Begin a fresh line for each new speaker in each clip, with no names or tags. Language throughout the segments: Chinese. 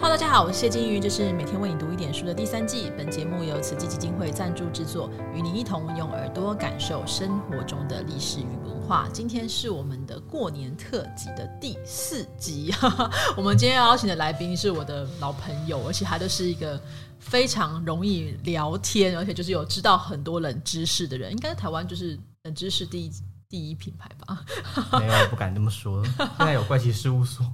大家好，我是谢金鱼，这是每天为你读一点书的第三季。本节目由慈济基金会赞助制作，与您一同用耳朵感受生活中的历史与文化。今天是我们的过年特辑的第四集， 我们今天邀请的来宾是我的老朋友，而且他就是一个。非常容易聊天，而且就是有知道很多冷知识的人，应该台湾就是冷知识第一第一品牌吧。
没有，不敢这么说。现在有怪奇事务所。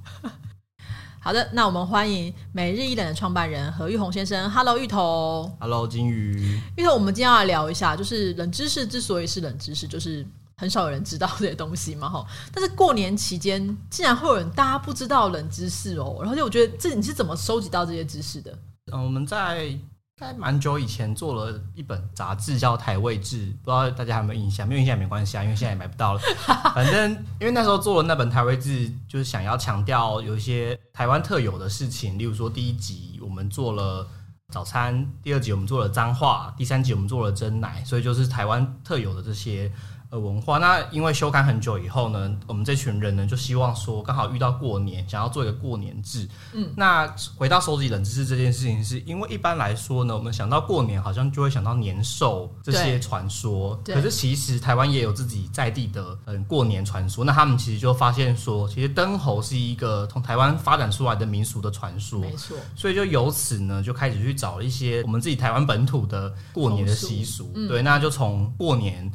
好的，那我们欢迎每日一冷的创办人何玉红先生。Hello，芋头。
Hello，金鱼。
芋头，我们今天要来聊一下，就是冷知识之所以是冷知识，就是很少有人知道这些东西嘛，哈。但是过年期间，竟然会有人大家不知道冷知识哦。然后就我觉得这你是怎么收集到这些知识的？
嗯，我们在应该蛮久以前做了一本杂志，叫《台位志》，不知道大家有没有印象？没有印象也没关系啊，因为现在也买不到了。 反正因为那时候做了那本《台位志》，就是想要强调有一些台湾特有的事情，例如说第一集我们做了早餐，第二集我们做了脏话，第三集我们做了真奶，所以就是台湾特有的这些。呃，文化那因为休刊很久以后呢，我们这群人呢就希望说，刚好遇到过年，想要做一个过年制。嗯，那回到收集冷知识这件事情是，因为一般来说呢，我们想到过年，好像就会想到年兽这些传说。
对
可是其实台湾也有自己在地的嗯过年传说。那他们其实就发现说，其实灯猴是一个从台湾发展出来的民俗的传说。
没错，
所以就由此呢，就开始去找一些我们自己台湾本土的过年的习俗。对，那就从过年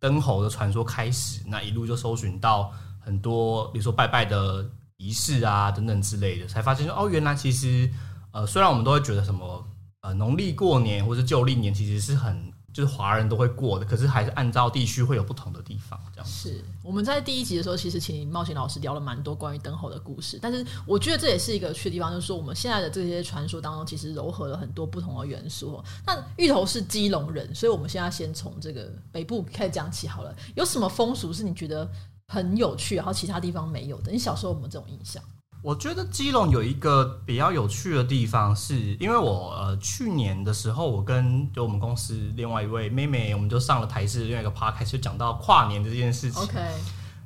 灯猴的传说开始，那一路就搜寻到很多，比如说拜拜的仪式啊等等之类的，才发现说哦，原来其实呃，虽然我们都会觉得什么呃农历过年或是旧历年其实是很就是华人都会过的，可是还是按照地区会有不同的地方这样。
是我们在第一集的时候，其实请冒险老师聊了蛮多关于灯猴的故事，但是我觉得这也是一个去的地方，就是说我们现在的这些传说当中，其实糅合了很多不同的元素哦。那芋头是基隆人，所以我们现在先从这个北部开始讲起好了。有什么风俗是你觉得很有趣，然后其他地方没有的？你小时候有没有这种印象？
我觉得基隆有一个比较有趣的地方是，因为我呃去年的时候，我跟就我们公司另外一位妹妹，我们就上了台视另外一个 podcast，就讲到跨年这件事情。
OK，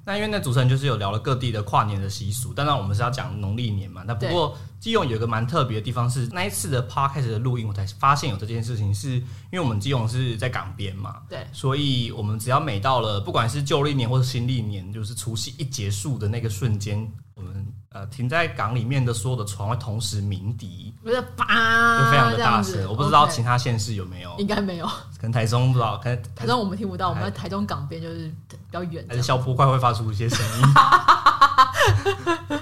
那因为那主持人就是有聊了各地的跨年的习俗，当然我们是要讲农历年嘛。那不过基隆有一个蛮特别的地方是，那一次的 podcast 的录音，我才发现有这件事情是，因为我们基隆是在港边嘛，
对，
所以我们只要每到了不管是旧历年或是新历年，就是除夕一结束的那个瞬间，我们呃停在港里面的所有的船会同时鸣笛，
不是
就
吧，
非常
啊
的
这
大
样子哦
声。我不知道
OK
其他县市有没有，
应该没有，
可能台中不知道，可能台
台中我们听不到，我们在台中港边就是比较远
还
这
是
样。
消波块会发出一些声 音。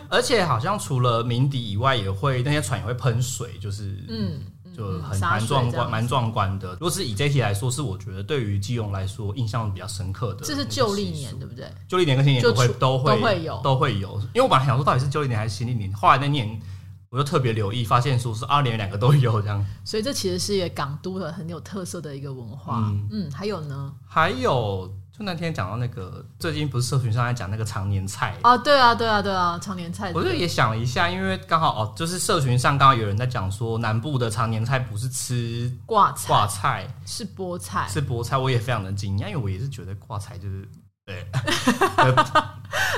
而且好像除了鸣笛以外，也会那些船也会喷水，就是
嗯，
就很
洒
蛮
水
壮
这样
观，蛮壮观的。如果是以这一题来说，是我觉得对于基隆来说印象比较深刻的。
这是旧历年，，对不对？
旧历年跟新年都会
就除
都会
都会有
都会有。因为我本来想说到底是旧历年还是新历年，后来那年我就特别留意，发现说是二年两个都有这样。
所以这其实是一个港都的很有特色的一个文化。嗯
嗯
还有呢？
还有就那天讲到那个最近不是社群上在讲那个常年菜，
啊，对啊，对啊，对啊，常年菜。
我就也想了一下，因为刚好哦，就是社群上刚好有人在讲说，南部的常年菜不是吃
挂菜哎
挂菜，
是菠菜，
是菠菜，我也非常的惊讶，因为我也是觉得挂菜就是对，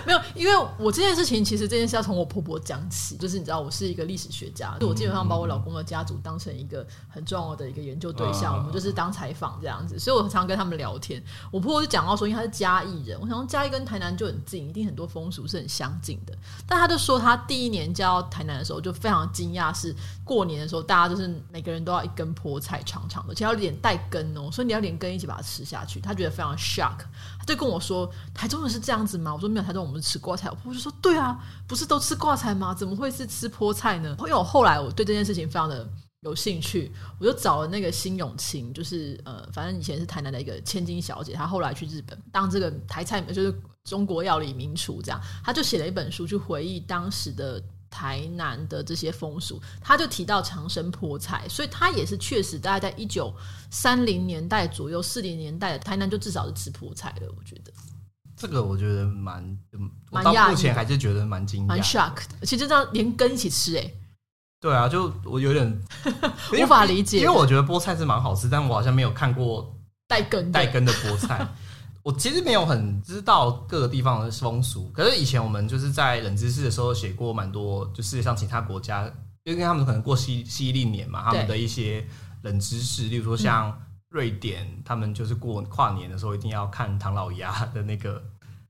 没有，因为我这件事情其实这件事要从我婆婆讲起，就是你知道我是一个历史学家，就我基本上把我老公的家族当成一个很重要的一个研究对象，
嗯
我们就是当采访这样子，所以我很常跟他们聊天。我婆婆就讲到说，因为她是嘉义人，我想说嘉义跟台南就很近，一定很多风俗是很相近的。但她就说，她第一年嫁到台南的时候就非常惊讶，是过年的时候大家就是每个人都要一根菠菜长长的，而且要连带根哦，所以你要连根一起把它吃下去，她觉得非常 shock。他就跟我说：“台中人是这样子吗？”我说：“没有，台中我们吃挂菜。”我婆婆就说：“对啊，不是都吃挂菜吗？怎么会是吃菠菜呢？”因为我后来我对这件事情非常的有兴趣，我就找了那个辛永晴，就是呃，反正以前是台南的一个千金小姐，她后来去日本当这个台菜，就是中国料理名厨这样，她就写了一本书去回忆当时的。台南的这些风俗，她就提到长生菠菜，所以她也是确实大概在一九三零年代左右、四零年代，台南就至少是吃菠菜了，我觉得
这个我觉得蛮，嗯我
蛮
到
讶异
目前还是觉得蛮惊
蛮
讶，
shock 的。而且就这样连根一起吃、欸，
对啊，就我有点
无法理解
因为我觉得菠菜是蛮好吃，但我好像没有看过
带根的
带根的菠菜。我其实没有很知道各个地方的风俗，可是以前我们就是在冷知识的时候写过蛮多，就世界上其他国家因为他们可能过西西历年嘛，他
对
们
嗯
的一些冷知识，例如说像瑞典，他们就是过跨年的时候一定要看唐老鸭的那个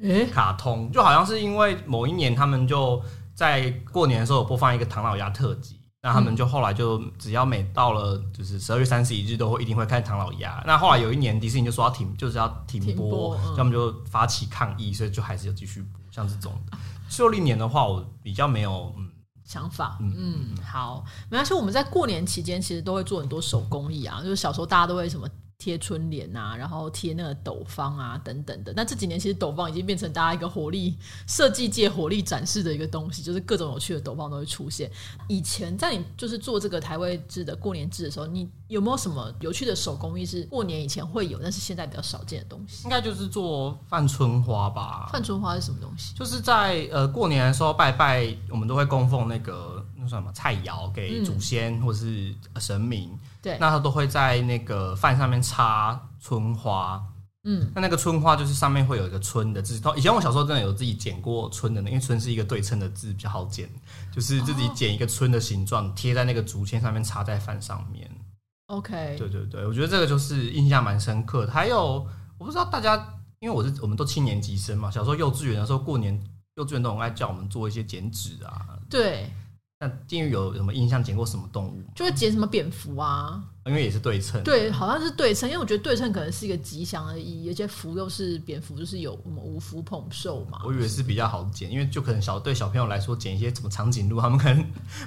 诶、
卡通，就好像是因为某一年他们就在过年的时候有播放一个唐老鸭特辑，那他们就后来就只要每到了就是十二月三十一日都会一定会看唐老鸭。那后来有一年迪士尼就说要停，就是要停
停播
播，
嗯
他们就发起抗议，所以就还是有继续播像这种的。旧历年的话，我比较没有，嗯，
想法，嗯，好，没关系。我们在过年期间其实都会做很多手工艺啊，就是小时候大家都会什么贴春联啊，然后贴那个斗方啊等等的。但这几年其实斗方已经变成大家一个活力设计界活力展示的一个东西，就是各种有趣的斗方都会出现。以前在你就是做这个台位制的过年制的时候，你有没有什么有趣的手工艺是过年以前会有，但是现在比较少见的东西？
应该就是做范春花吧，
范春花是什么东西？
就是在呃过年的时候拜拜，我们都会供奉那个那算什么菜肴给祖先或是神明。
嗯对
那他都会在那个饭上面插春花。
嗯，
那那个春花就是上面会有一个春的字。以前我小时候真的有自己剪过春的，因为春是一个对称的字，比较好剪，就是自
哦
己剪一个春的形状贴在那个竹签上面，插在饭上面。
OK，
对对对，我觉得这个就是印象蛮深刻的。还有，我不知道大家，因为我是我们都七年级生嘛，小时候幼稚园的时候，过年幼稚园都很爱叫我们做一些剪纸啊。
对，
那金鱼有什么印象剪过什么动物吗？
就会剪什么蝙蝠啊，
因为也是对称，
对，好像是对称，因为我觉得对称可能是一个吉祥的意义，而且福又是蝙蝠，就是有什么五福捧寿嘛。
我以为是比较好剪，因为就可能小对小朋友来说，剪一些什么长颈 鹿，他们可能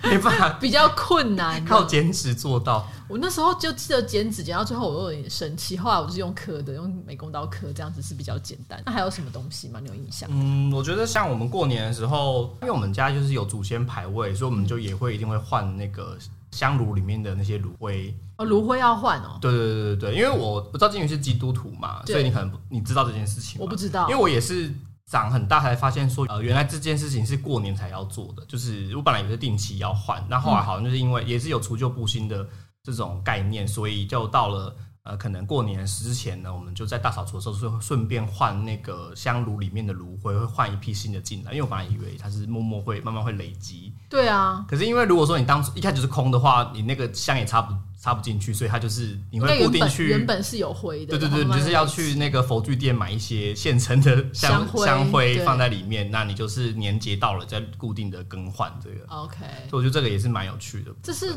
没办法
比较困难啊，
靠剪纸做到。
我那时候就记得剪纸剪到最后，我都有点生气。后来我就是用刻的，用美工刀刻，这样子是比较简单。那还有什么东西吗？你有印象？
嗯，我觉得像我们过年的时候，因为我们家就是有祖先牌位，所以我们就也会一定会换那个香炉里面的那些炉灰。
哦，炉灰要换哦，
对对对对对，因为我我知道金鱼是基督徒嘛，
对
所以你可能不你知道这件事情吗，
我不知道
因为我也是长很大才发现说，呃，原来这件事情是过年才要做的，就是我本来也是定期要换，那后来
嗯
好像就是因为也是有除旧布新的这种概念，所以就到了。呃，可能过年之前呢，我们就在大扫除的时候顺顺便换那个香炉里面的炉灰，会换一批新的进来。因为我本来以为它是默默会慢慢会累积，
对啊，
可是因为如果说你当初一开始就是空的话，你那个香也插不插不进去，所以它就是你
那
会
原
固定
本
去。
原本是有灰的，
对对
然后
对，你
慢
就
慢
是要
累积
去那个佛具店买一些现成的
香
香
灰
香灰
对
放在里面，那你就是年节到了再固定的更换这个。
OK，
所以我觉得这个也是蛮有趣的。
这是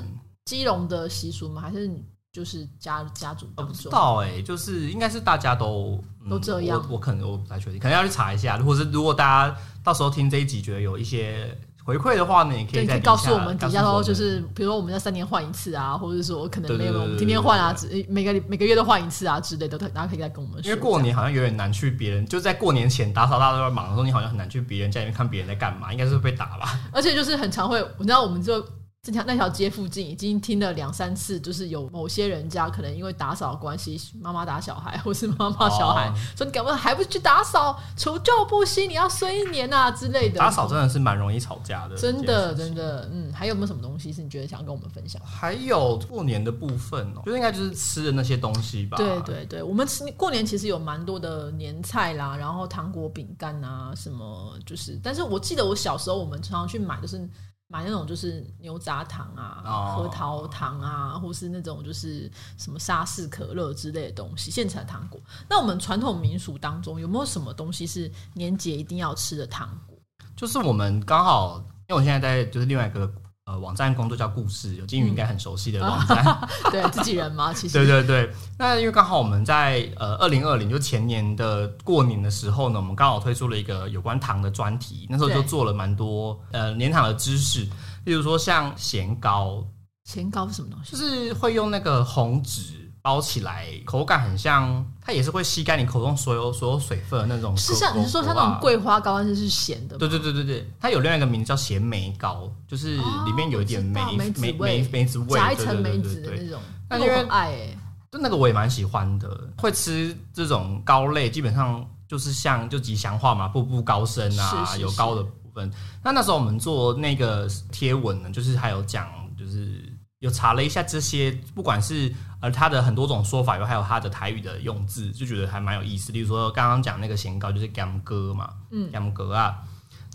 基隆的习俗吗？还是你就是家家族
我不
当
知
中？
道哎、就是应该是大家都、嗯
都这样
我我可能我不太确定，可能要去查一下。如果是如果大家到时候听这一集觉得有一些回馈的话呢，也可
对，你
以
可
在
以
底
告
下
诉我们底下
告诉
说，
我
就
们
是比如说我们在三年换一次啊，或者是说可能
对
没
对
有，
对
我们
对
天天换啊，只每个每个月都换一次啊之类的，大家可以再跟我们说。
因为过年好像有点难去别人，就在过年前打扫大家都在忙的时候，你好像很难去别人家里面看别人在干嘛，应该是被打吧？
而且就是很常会，你知道我们就。这条那条街附近已经听了两三次，就是有某些人家可能因为打扫的关系，妈妈打小孩， 或是妈妈小孩、
哦
说你敢不敢还不去打扫，除旧布新，你要睡一年啊之类的。
打扫真的是蛮容易吵架的，
真的。真的，嗯，还有没有什么东西是你觉得想跟我们分享？
还有过年的部分哦、就应该就是吃的那些东西吧。
对对对，我们吃过年其实有蛮多的年菜啦，然后糖果、饼干啊，什么就是，但是我记得我小时候我们常常去买，就是买那种就是牛轧糖啊、
哦
核桃糖啊，或是那种就是什么沙士可乐之类的东西，现成的糖果。那我们传统民俗当中有没有什么东西是年节一定要吃的糖果？
就是我们刚好，因为我现在在就是另外一个呃网站工作叫故事，有金鱼应该很熟悉的网站。
对自己人吗？其实
对对对，那因为刚好我们在呃二零二零就前年的过年的时候呢，我们刚好推出了一个有关糖的专题，那时候就
对
做了蛮多呃年糖的知识，例如说像咸糕，
咸糕是什么东西？
就是会用那个红纸包起来，口感很像，它也是会吸干你口中所有所有水分的那种可。
是像你是说
可
像
可
那
啊
种桂花糕，但是是咸的吗？
对对对对对，它有另外一个名字叫咸梅糕，就是里面有一点梅、
哦我知道梅子
梅
味
梅梅子味，
夹一
对
层梅子
对对
的
对对
那种，
那
那我
因为
很爱欸
就那个我也蛮喜欢的。会吃这种糕类，基本上就是像就吉祥话嘛，步步高升啊，
是是
有糕的部分。那那时候我们做那个贴文呢，就是还有讲，就是有查了一下这些，不管是呃它的很多种说法，有还有它的台语的用字，就觉得还蛮有意思。例如说刚刚讲那个咸糕就是 gam 哥嘛，嗯 gam 哥啊，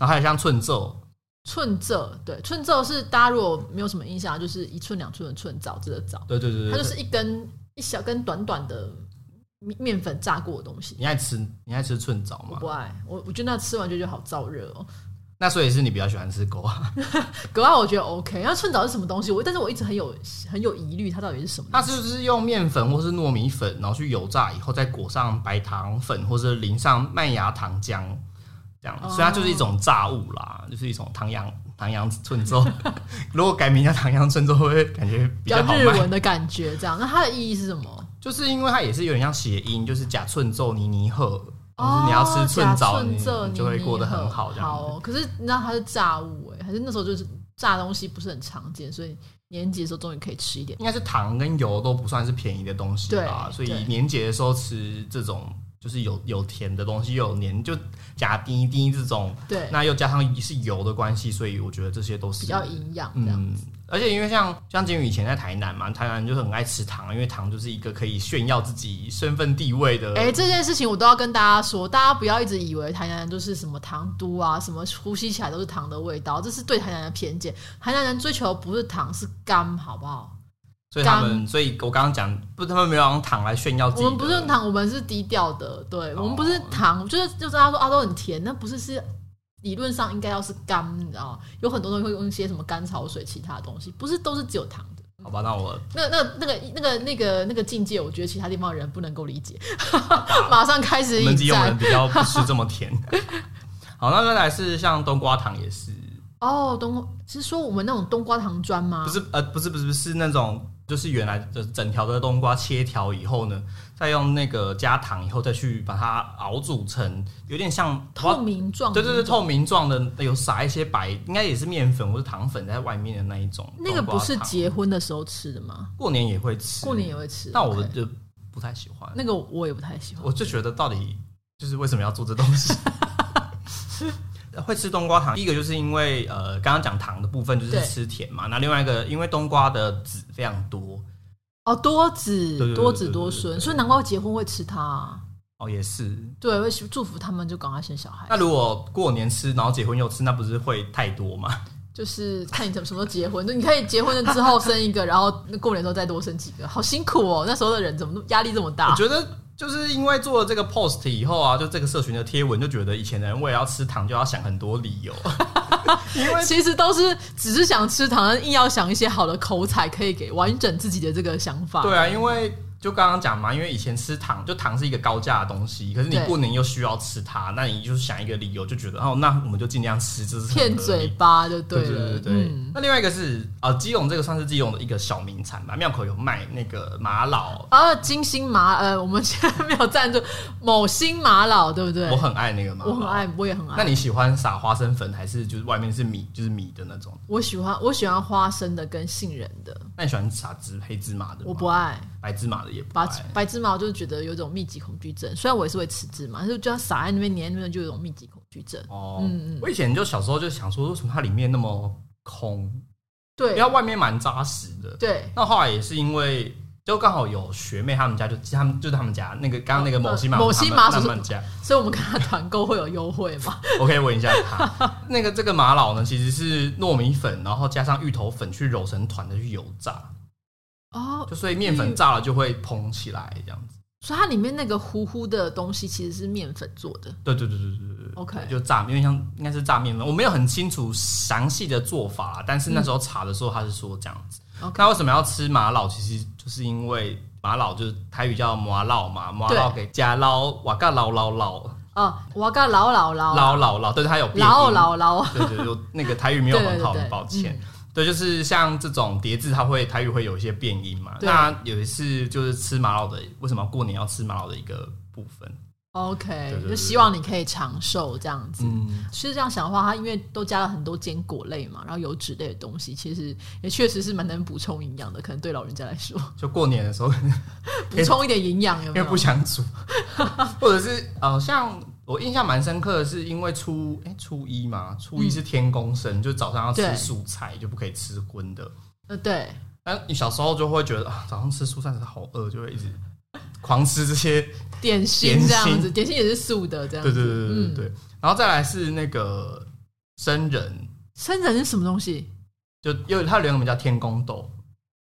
然后还有像寸奏，
寸仄，对，寸仄是大家如果没有什么印象，就是一寸两寸的寸枣，这个枣，
对对对对，
它就是一根一小根短短的面面粉炸过的东西。
你爱吃你爱吃寸枣
我
吗
不？爱，我我觉得那吃完就觉得好燥热哦。
那所以是你比较喜欢吃狗啊？
格外我觉得 OK，那寸枣是什么东西？我但是我一直很有很有疑虑，它到底是什么？
它就是用面粉或是糯米粉，然后去油炸以后，再裹上白糖粉或是淋上麦芽糖浆，这样，
哦
所以它就是一种炸物啦，就是一种唐扬唐扬春粥。 如果改名叫唐扬春粥，会不会感觉比
比
较
较
好
日
卖？
文的感觉，这样。那它的意义是什么？
就是因为它也是有点像谐音，就是假寸粥泥泥鹤，就是你要吃寸
枣，
枣，你
仄
就会
泥
过得很
很
好这样
好
子。
哦，可是你知道它是炸物哎、还是那时候就是炸东西不是很常见，所以年节的时候终于可以吃一点。
应该是糖跟油都不算是便宜的东西吧，所
对
以
对
年节的时候吃这种就是有有甜的东西，又有黏就假丁丁这种，
对，
那又加上是油的关系，所以我觉得这些都是
比较营养这样。
嗯，而且因为像像金宇以前在台南嘛，台南就很爱吃糖，因为糖就是一个可以炫耀自己身份地位的。
哎、这件事情我都要跟大家说，大家不要一直以为台南人就是什么糖都啊，什么呼吸起来都是糖的味道，这是对台南人的偏见。台南人追求的不是糖，是甘，好不好？
所以他们，所以我刚刚讲，不，他们没有用糖来炫耀自己
我
的。
们不是用糖，我们是低调的，对、
哦
我们不是糖，就是就是他说啊都很甜，那不是是理论上应该要是甘，你知道吗？有很多东西会用一些什么甘草水其他的东西，不是都是只有糖的。
好吧，那我
那那那个那个那个那个境界，我觉得其他地方的人不能够理解， 马上开始
我们
引
基隆人
战
比较不吃这么甜。 好，那再来是像冬瓜糖也是，
哦。冬是说我们那种冬瓜糖砖吗
不？是呃不是不是不是那种，就是原来的整条的冬瓜切条以后呢，再用那个加糖以后再去把它熬煮成，有点像
透明状，
对对对，，透明状的，有撒一些白，应该也是面粉或者糖粉在外面的那一种。
那个
冬瓜
不是
糖
结婚的时候吃的吗？
过年也会吃，
过年也会吃，
但我
OK
就不太喜欢。
那个我也不太喜欢。
我就觉得到底就是为什么要做这东西？ 会吃冬瓜糖，第一个就是因为呃，刚刚讲糖的部分就是
对
吃甜嘛，那另外一个因为冬瓜的籽非常多
哦，多
对
子
对
多
对
子
对
多
对
孙，
对
所以难怪结婚会吃它、啊。
哦，也是。
对，会祝福他们就赶快生小孩
那。如果过年吃，然后结婚又吃，那不是会太多吗？
就是看你什么时候结婚，就你可以结婚了之后生一个，然后过年的时候再多生几个，好辛苦哦。那时候的人怎么那么压力这么
我
大？
觉得就是因为做了这个 post 以后啊，就这个社群的贴文，就觉得以前的人为了要吃糖，就要想很多理由。
其实都是只是想吃糖，但硬要想一些好的口彩可以给完整自己的这个想法。
对啊，因为就刚刚讲嘛，因为以前吃糖，就糖是一个高价的东西，可是你
对
过年又需要吃它，那你就想一个理由，就觉得哦，那我们就尽量吃，这是很
骗
合理
嘴。巴就
对对
了。
对对对
嗯，
那另外一个是啊，基隆这个算是基隆的一个小名产吧，庙口有卖那个玛瑙，
啊，金星玛呃，我们现在没有赞助某星玛瑙，对不对？
我很爱那个玛瑙，
我很。爱，我也很爱
那。你喜欢撒花生粉，还是就是外面是米，就是米的那种？
我喜欢我喜欢花生的跟杏仁的，
那你喜欢撒芝黑芝麻的吗？
我不爱。
白芝麻的也不
白
爱。
白芝麻，我就觉得有种密集恐惧症。虽然我也是会吃芝麻，但是就要撒在那边粘那边，就有种密集恐惧症。
哦，
嗯
我以前就小时候就想说，为什么它里面那么空？因为
对
它外面蛮扎实的。
对，
那后来也是因为，就刚好有学妹他们家就他们就是他们家那个刚刚那个某西马
某西马
他
叔叔
们家
所以我们跟他团购会有优惠嘛？
，OK，问一下他那个这个玛瑙呢，其实是糯米粉，然后加上芋头粉去揉成团的去油炸，
哦，
就所以面粉炸了就会蓬起来这样子。
所以它里面那个糊糊的东西其实是面粉做的。
对对对对对对对
OK
就炸，因为像应该是炸面粉，我没有很清楚详细的做法啦，但是那时候查的时候他是说这样子。
OK
那为什么要吃玛瑙？其实就是因为玛瑙就是台语叫麻烙嘛，麻烙给加捞瓦嘎捞捞捞。
哦，我噶老老老
老老老，对它有变音
老，老老，
对对对，那个台语没有很好，很抱歉。对，就是像这种叠字，它会台语会有一些变音嘛。
对
那有一次就是吃玛瑙的，为什么过年要吃玛瑙的一个部分？对
OK，
对对
就希望你可以长寿这样子。
嗯，
其实这样想的话，它因为都加了很多坚果类嘛，然后油脂类的东西，其实也确实是蛮能补充营养的。可能对老人家来说，
就过年的时候，
补充一点营养有
因
没有？
为不想煮， 或者是呃，像我印象蛮深刻的是，因为初哎、初一嘛，初一是天公生，就早上要
对
吃素菜，就不可以吃荤的。
呃，对，
但你小时候就会觉得啊，早上吃蔬菜真的好饿，就会一 直狂吃这些
点心这样子，点心也是素的这样
对
子。
对对对对对。然后再来是那个生人，
生成是什么东西？
就因为它的原名叫天宫豆，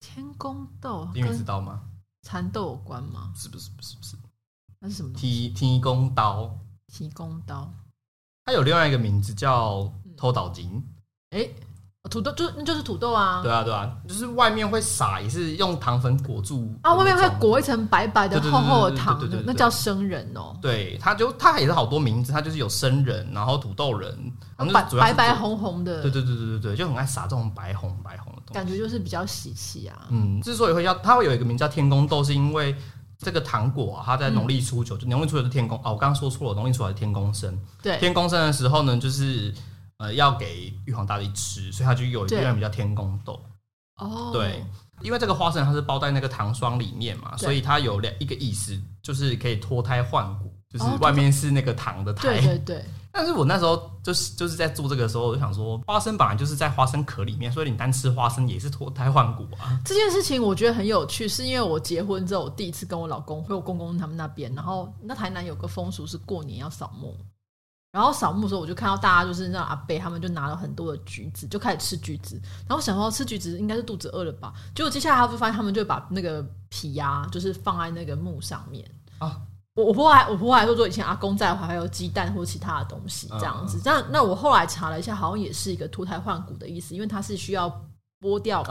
天宫豆
因为知
跟
道吗？
蚕豆有关吗？
是不是不是不是
那是什么东西？
提提宫刀，
提弓刀？
它有另外一个名字叫偷岛金。
哎、土豆就就是土豆啊，
对啊对啊，就是外面会撒，也是用糖粉裹住的
啊，外面
那
会
种。
裹一层白白的
对对
厚
对
厚的
对对
糖
对对，对
那
对
叫生人哦、
对，它就它也是好多名字，它就是有生人，然后土豆人，然后
白
主要
白
是
白红红的，
对对对对对对，就很爱撒这种白红白红的东西。
感觉就是比较喜气啊。
嗯，之所以会叫它会有一个名叫天宫豆，是因为这个糖果啊，它在农历初九，就农历初九是天宫哦，我刚刚说错了，农历初九是天宫生。
对，
天宫生的时候呢，就是呃要给玉皇大帝吃，所以它就有一
对
个名叫天宫豆。
哦，
对，因为这个花生它是包在那个糖霜里面嘛，所以它有两一个意思，就是可以脱胎换骨，就是
哦
外面是那个糖的胎。
对对对，
但是我那时候就是就是在做这个的时候，我就想说，花生本来就是在花生壳里面，所以你单吃花生也是脱胎换骨啊。
这件事情我觉得很有趣，是因为我结婚之后，我第一次跟我老公回我公公他们那边，然后那台南有个风俗是过年要扫墓，然后扫墓的时候我就看到大家就是那阿伯他们就拿了很多的橘子，就开始吃橘子，然后我想说吃橘子应该是肚子饿了吧，结果接下来他就发现他们就把那个皮呀、就是放在那个墓上面
啊。
我我婆婆还我婆婆还说说以前阿公在的话还有鸡蛋或其他的东西
嗯
这样子，但那我后来查了一下，好像也是一个脱胎换骨的意思，因为它是需要剥掉皮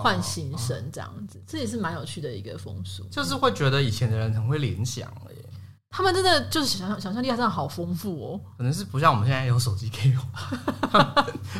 换新生这样子，这也是蛮有趣的一个风俗。
就是会觉得以前的人很会联想欸了耶，
他们真的就是想象想象力真的好丰富哦。
可能是不像我们现在有手机可以玩，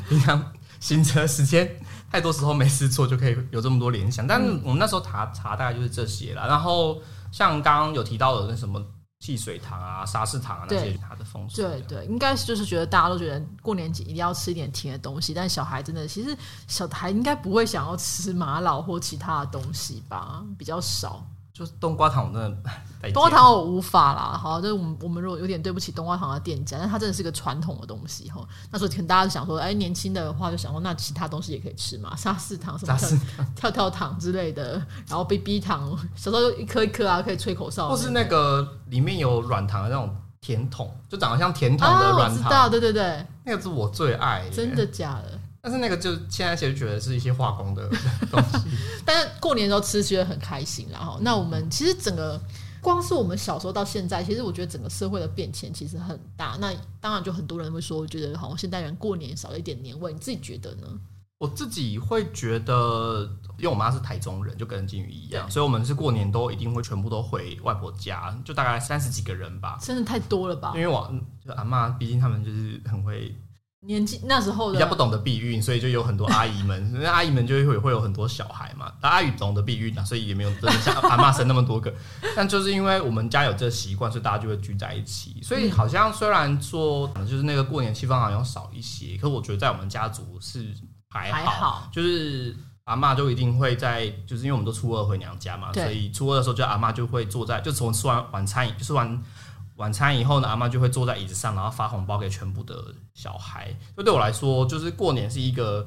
平常行车时间太多时候没事做就可以有这么多联想。但
嗯
是我们那时候查查大概就是这些啦。然后像刚刚有提到的那什么汽水糖啊、沙士糖啊那些，它的风俗。
对对，应该是就是觉得大家都觉得过年前一定要吃一点甜的东西，但小孩真的其实小孩应该不会想要吃麻辣或其他的东西吧，比较少。
就是冬瓜糖，我真的再见
冬瓜糖我无法啦，好，就是我们我们如果有点对不起冬瓜糖的店家，但它真的是个传统的东西哈。那时候可能大家就想说，哎，年轻的话就想说，那其他东西也可以吃嘛，沙士糖什么
沙士
跳跳糖之类的，然后 BB 糖，小时候一颗一颗啊，可以吹口哨的
或
那
是
种，
那个里面有软糖的那种甜筒，就长得像甜筒的
啊，我
软
知
糖，
道，对对对，
那个是我最爱耶
真。的假的？
但是那个就现在其实觉得是一些化工的东西。
但是过年的时候吃觉得很开心啦哈。那我们其实整个光是我们小时候到现在，其实我觉得整个社会的变迁其实很大。那当然就很多人会说，我觉得好像现代人过年少了一点年味，你自己觉得呢？
我自己会觉得，因为我妈是台中人，就跟金鱼一样，所以我们是过年都一定会全部都回外婆家，就大概三十几个人吧。
真的太多了吧
因？为我就阿妈，毕竟他们就是很会，
年纪那时候
比较
的
不懂得避孕，所以就有很多阿姨们， 那阿姨们就会会有很多小孩嘛。但阿姨懂得避孕啊，所以也没有真的像阿妈生那么多个。 但就是因为我们家有这个习惯，所以大家就会聚在一起。所以好像虽然说就是那个过年气氛好像少一些，可是我觉得在我们家族是
还好，
就是阿嬷就一定会在，就是因为我们都初二回娘家嘛，
对
所以初二的时候就阿嬷就会坐在，就从吃完晚餐吃完晚餐以后呢，阿嬷就会坐在椅子上，然后发红包给全部的小孩。就对我来说，就是过年是一个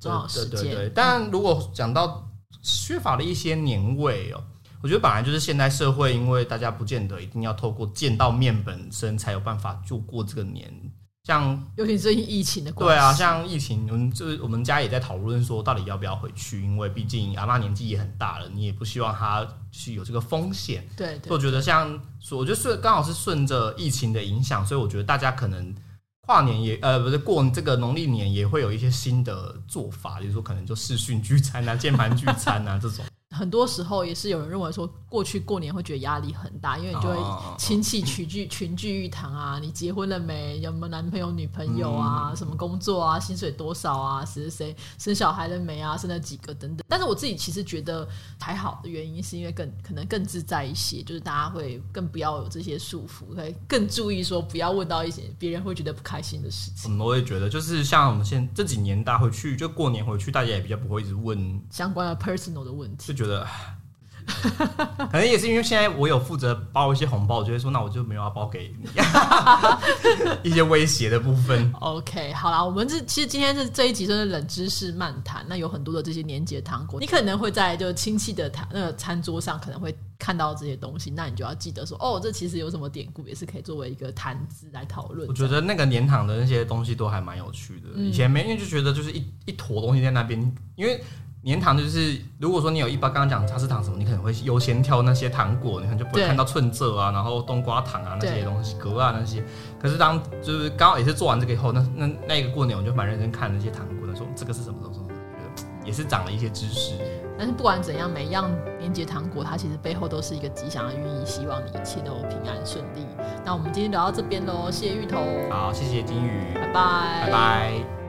重要的时
对对对
间，。嗯
但如果讲到缺乏了一些年味哦。我觉得本来就是现代社会，因为大家不见得一定要透过见到面本身才有办法就过这个年。像
尤其最近疫情的关系，
对啊，像疫情，我们就是我们家也在讨论说，到底要不要回去，因为毕竟阿妈年纪也很大了，你也不希望她去有这个风险。
对
所以
对
我觉得像，所我觉得顺刚好是顺着疫情的影响，所以我觉得大家可能跨年也呃不是过这个农历年也会有一些新的做法，比如说可能就视讯聚餐啊、 键盘聚餐啊这种。
很多时候也是有人认为说，过去过年会觉得压力很大，因为你就
哦
会亲戚群聚 群聚一堂啊，你结婚了没？有没有男朋友女朋友啊？
嗯
什么工作啊？薪水多少啊？谁谁谁生小孩了没啊？生了几个等等。但是我自己其实觉得还好的原因，是因为更可能更自在一些，就是大家会更不要有这些束缚，会更注意说不要问到一些别人会觉得不开心的事情。
嗯，我也觉得就是像我们现这几年大家回去，就过年回去，大家也比较不会一直问
相关的 personal 的问
就
题，
觉得，可能也是因为现在我有负责包一些红包，我就会说那我就没有要包给你， 一些威胁的部分。
OK，好啦，我们这其实今天是这一集真的冷知识呃漫谈，那有很多的这些年节糖果，你可能会在就亲戚的谈那个餐桌上可能会看到这些东西，那你就要记得说，哦，这其实有什么典故，也是可以作为一个谈资来讨论。嗯
我觉得那个年堂的那些东西都还蛮有趣的。以前没，因为就觉得就是一一坨东西在那边，因为年堂就是如果说你有一包刚刚讲茶室糖什么，你可能会优先挑那些糖果，你可能就不会
对
看到春蔗啊，然后冬瓜糖啊那
对
些东西，格啊那些。可是当就是刚好也是做完这个以后，那那那一个过年我就蛮认真看那些糖果，那说这个是什么什么什么，觉得也是长了一些知识。
但是不管怎样，每一样年节糖果，它其实背后都是一个吉祥的寓意，希望你一切都平安顺利。那我们今天聊到这边喽，谢谢芋头，
好，谢谢金鱼，
拜
拜拜。